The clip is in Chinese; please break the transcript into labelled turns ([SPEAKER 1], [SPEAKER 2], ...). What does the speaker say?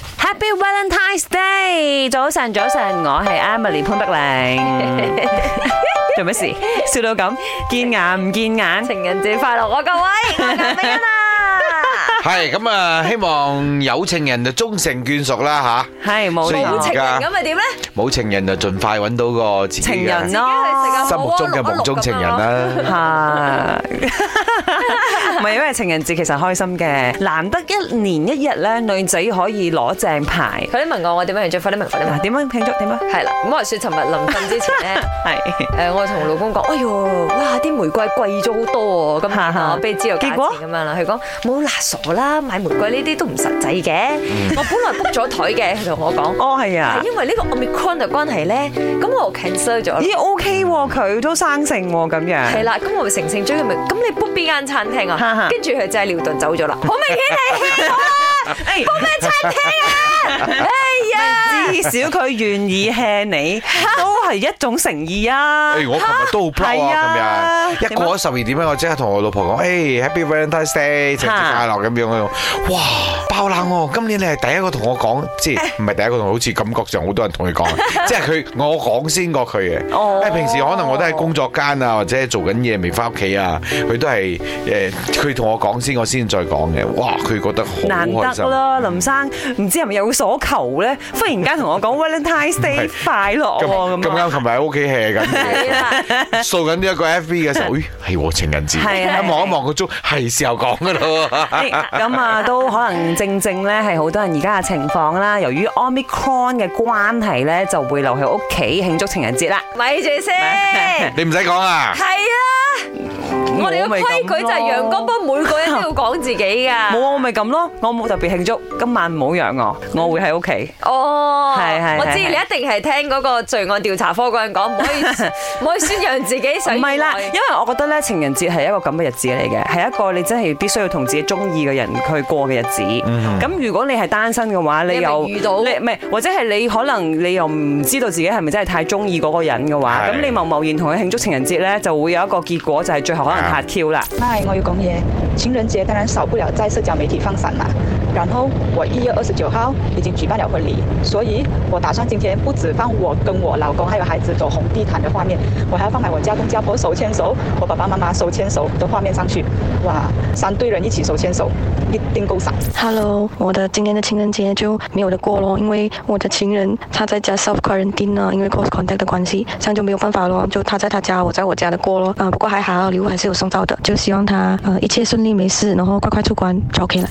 [SPEAKER 1] Happy Valentine's Day！早晨，早晨，我係 Emily 潘碧 玲。做咩事？笑到咁，見眼唔見眼？
[SPEAKER 2] 情人節快樂，我各位，我係顏美 欣啊！
[SPEAKER 3] 系咁啊！希望有情人就終成眷屬啦
[SPEAKER 1] 係冇
[SPEAKER 3] 雖然
[SPEAKER 2] 冇
[SPEAKER 1] 錯
[SPEAKER 2] 情人咁咪點咧？
[SPEAKER 3] 吓，冇情人就盡快揾到個自己
[SPEAKER 1] 情人
[SPEAKER 3] 嘅
[SPEAKER 1] 咯，
[SPEAKER 3] 心目中嘅夢中情人
[SPEAKER 1] 嚇！
[SPEAKER 3] 啦。
[SPEAKER 1] 唔係因為情人節其實開心嘅，難得一年一日咧，女仔可以攞正牌。
[SPEAKER 2] 佢哋問我我點樣慶祝，快啲問，快啲
[SPEAKER 1] 嗱，
[SPEAKER 2] 問。
[SPEAKER 1] 點樣慶祝？點樣？
[SPEAKER 2] 係啦，咁啊我話説尋日臨瞓之前 咧。
[SPEAKER 1] 係。
[SPEAKER 2] 誒，我同老公講，哎呦，哇，啲玫瑰貴咗好多喎，咁
[SPEAKER 1] 嚇嚇
[SPEAKER 2] 啊，我俾佢知道
[SPEAKER 1] 結果
[SPEAKER 2] 價錢咁樣啦。佢講冇啦，傻啦，買玫瑰呢啲都唔實際嘅。我本來 book 咗台嘅，佢同我講，
[SPEAKER 1] 哦，係嗯 啊
[SPEAKER 2] 係。因為呢個 omicron 嘅關係咧，咁我 cancel 咗啦。
[SPEAKER 1] 咦，OK 喎，佢都生性喎，咁樣。
[SPEAKER 2] 係啦，咁我咪乘勝追佢咪，咁你 book 邊間餐廳
[SPEAKER 1] 哈哈
[SPEAKER 2] 啊？跟住佢就係尿遁走咗啦，好明顯你 hea 我啦，
[SPEAKER 1] 哎
[SPEAKER 2] 咩餐 廳啊？哎呀，
[SPEAKER 1] 至少佢願意 hea 你，都係一種誠意啊！
[SPEAKER 3] 哎誒，我琴日都好 proud
[SPEAKER 1] 係啊
[SPEAKER 3] 啊！咁樣一過咗十二點咧，我即刻同我老婆講：，誒，Happy Valentine's Day，情人節快樂咁樣嗰種。哇，爆冷喎！今年你係第一個同我講，即 係唔係第一個同我，好似感覺上好多人同佢講，啊即係佢我講先過佢嘅。
[SPEAKER 1] 哦
[SPEAKER 3] 因為平時可能我都喺工作間啊，或者做緊嘢未翻屋企啊，佢都係誒，佢同我講先，我先再講嘅。哇，佢覺得好
[SPEAKER 1] 難
[SPEAKER 3] 開
[SPEAKER 1] 得
[SPEAKER 3] 心。
[SPEAKER 1] 啦，林生唔知係咪有所求咧？忽然間同我講 Valentine's Day
[SPEAKER 3] 係
[SPEAKER 1] 快樂喎
[SPEAKER 3] 咁咁
[SPEAKER 1] 咁啊
[SPEAKER 3] 啱，琴日喺屋企 hea 緊嘅。
[SPEAKER 2] 係啦，
[SPEAKER 3] 掃緊呢一個 FB 嘅時候，咦係喎情人節，
[SPEAKER 1] 係係
[SPEAKER 3] 一望一望個鐘，係時候講噶啦喎。
[SPEAKER 1] 哎咁啊，都可能正正咧係好多人而家嘅情況啦。由於 Omicron 嘅關係咧，就會留喺屋企慶祝情人節啦。
[SPEAKER 2] 咪住 先，
[SPEAKER 3] 你唔使講啊，
[SPEAKER 2] 係啊。我哋嘅
[SPEAKER 1] 咪
[SPEAKER 2] 規
[SPEAKER 1] 咁咯
[SPEAKER 2] 矩就係陽光幫每個人都要講自己噶。
[SPEAKER 1] 冇我咪咁咯，我冇特別慶祝，今晚唔好養我，我會喺屋企。
[SPEAKER 2] 哦，
[SPEAKER 1] 係係
[SPEAKER 2] 我知
[SPEAKER 1] 係
[SPEAKER 2] 你一定係聽嗰個罪案調查科嗰人講，唔 可以唔可以宣揚自己想
[SPEAKER 1] 唔係啦，
[SPEAKER 2] 愛
[SPEAKER 1] 因為我覺得咧，情人節係一個咁嘅日子嚟嘅，係一個你真係必須要同自己中意嘅人去過嘅日子。
[SPEAKER 3] 嗯
[SPEAKER 1] 咁如果你係單身嘅話，你
[SPEAKER 2] 你
[SPEAKER 1] 又
[SPEAKER 2] 咪遇到
[SPEAKER 1] 你唔係或者係你可能你又唔知道自己係咪真係太中意嗰個人嘅話，
[SPEAKER 3] 係
[SPEAKER 1] 咁你貿貿然同佢慶祝情人節咧，就會有一個結果就係最後可能
[SPEAKER 3] 啊
[SPEAKER 1] 拍 Q 啦。
[SPEAKER 4] 嗨，我有講嘢。情人節當然少不了在社交媒體放閃啦。然後我一月二十九號已經舉辦了婚禮，所以我打算今天不止放我跟我老公還有孩子走紅地毯的畫面，我還要放埋我家公家婆手牽手，我爸爸媽媽手牽手的畫面上去。哇，三堆人一起手牽手，一定夠閃。
[SPEAKER 5] Hello，我的今年的情人节就没有的过咯，因为我的情人他在家 self quarantine 呢，因为 close contact 的关系，这样就没有办法咯，就他在他家，我在我家的过咯。啊、不过还好，礼物还是有送到的，就希望他呃一切顺利，没事，然后快快出关就 OK 了。